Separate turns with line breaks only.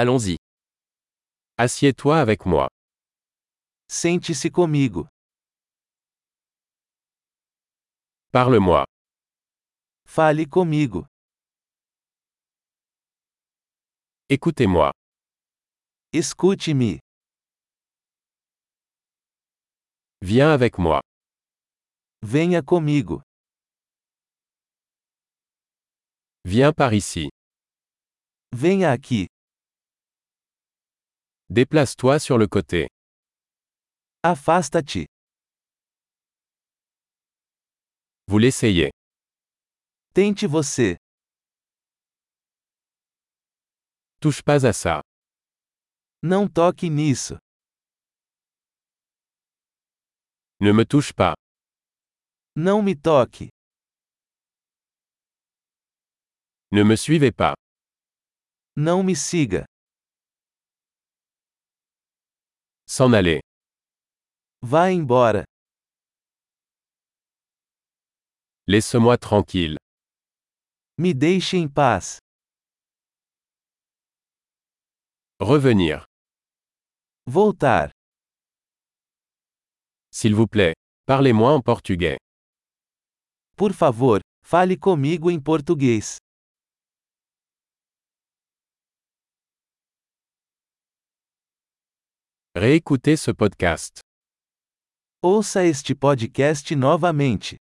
Allons-y. Assieds-toi avec moi.
Sente-se comigo.
Parle-moi.
Fale comigo.
Écoutez-moi.
Escute-me.
Viens avec moi.
Venha comigo.
Viens par ici.
Venha aqui.
Déplace-toi sur le côté.
Afasta-te.
Vous l'essayez.
Tente você.
Touche pas à ça.
Não toque nisso.
Ne me touche pas.
Não me toque.
Ne me suivez pas.
Não me siga.
S'en aller.
Vá embora.
Laisse-moi tranquille.
Me deixe em paz.
Revenir.
Voltar.
S'il vous plaît, parlez-moi en portugais.
Por favor, fale comigo em português.
Réécoutez ce podcast.
Ouça este podcast novamente.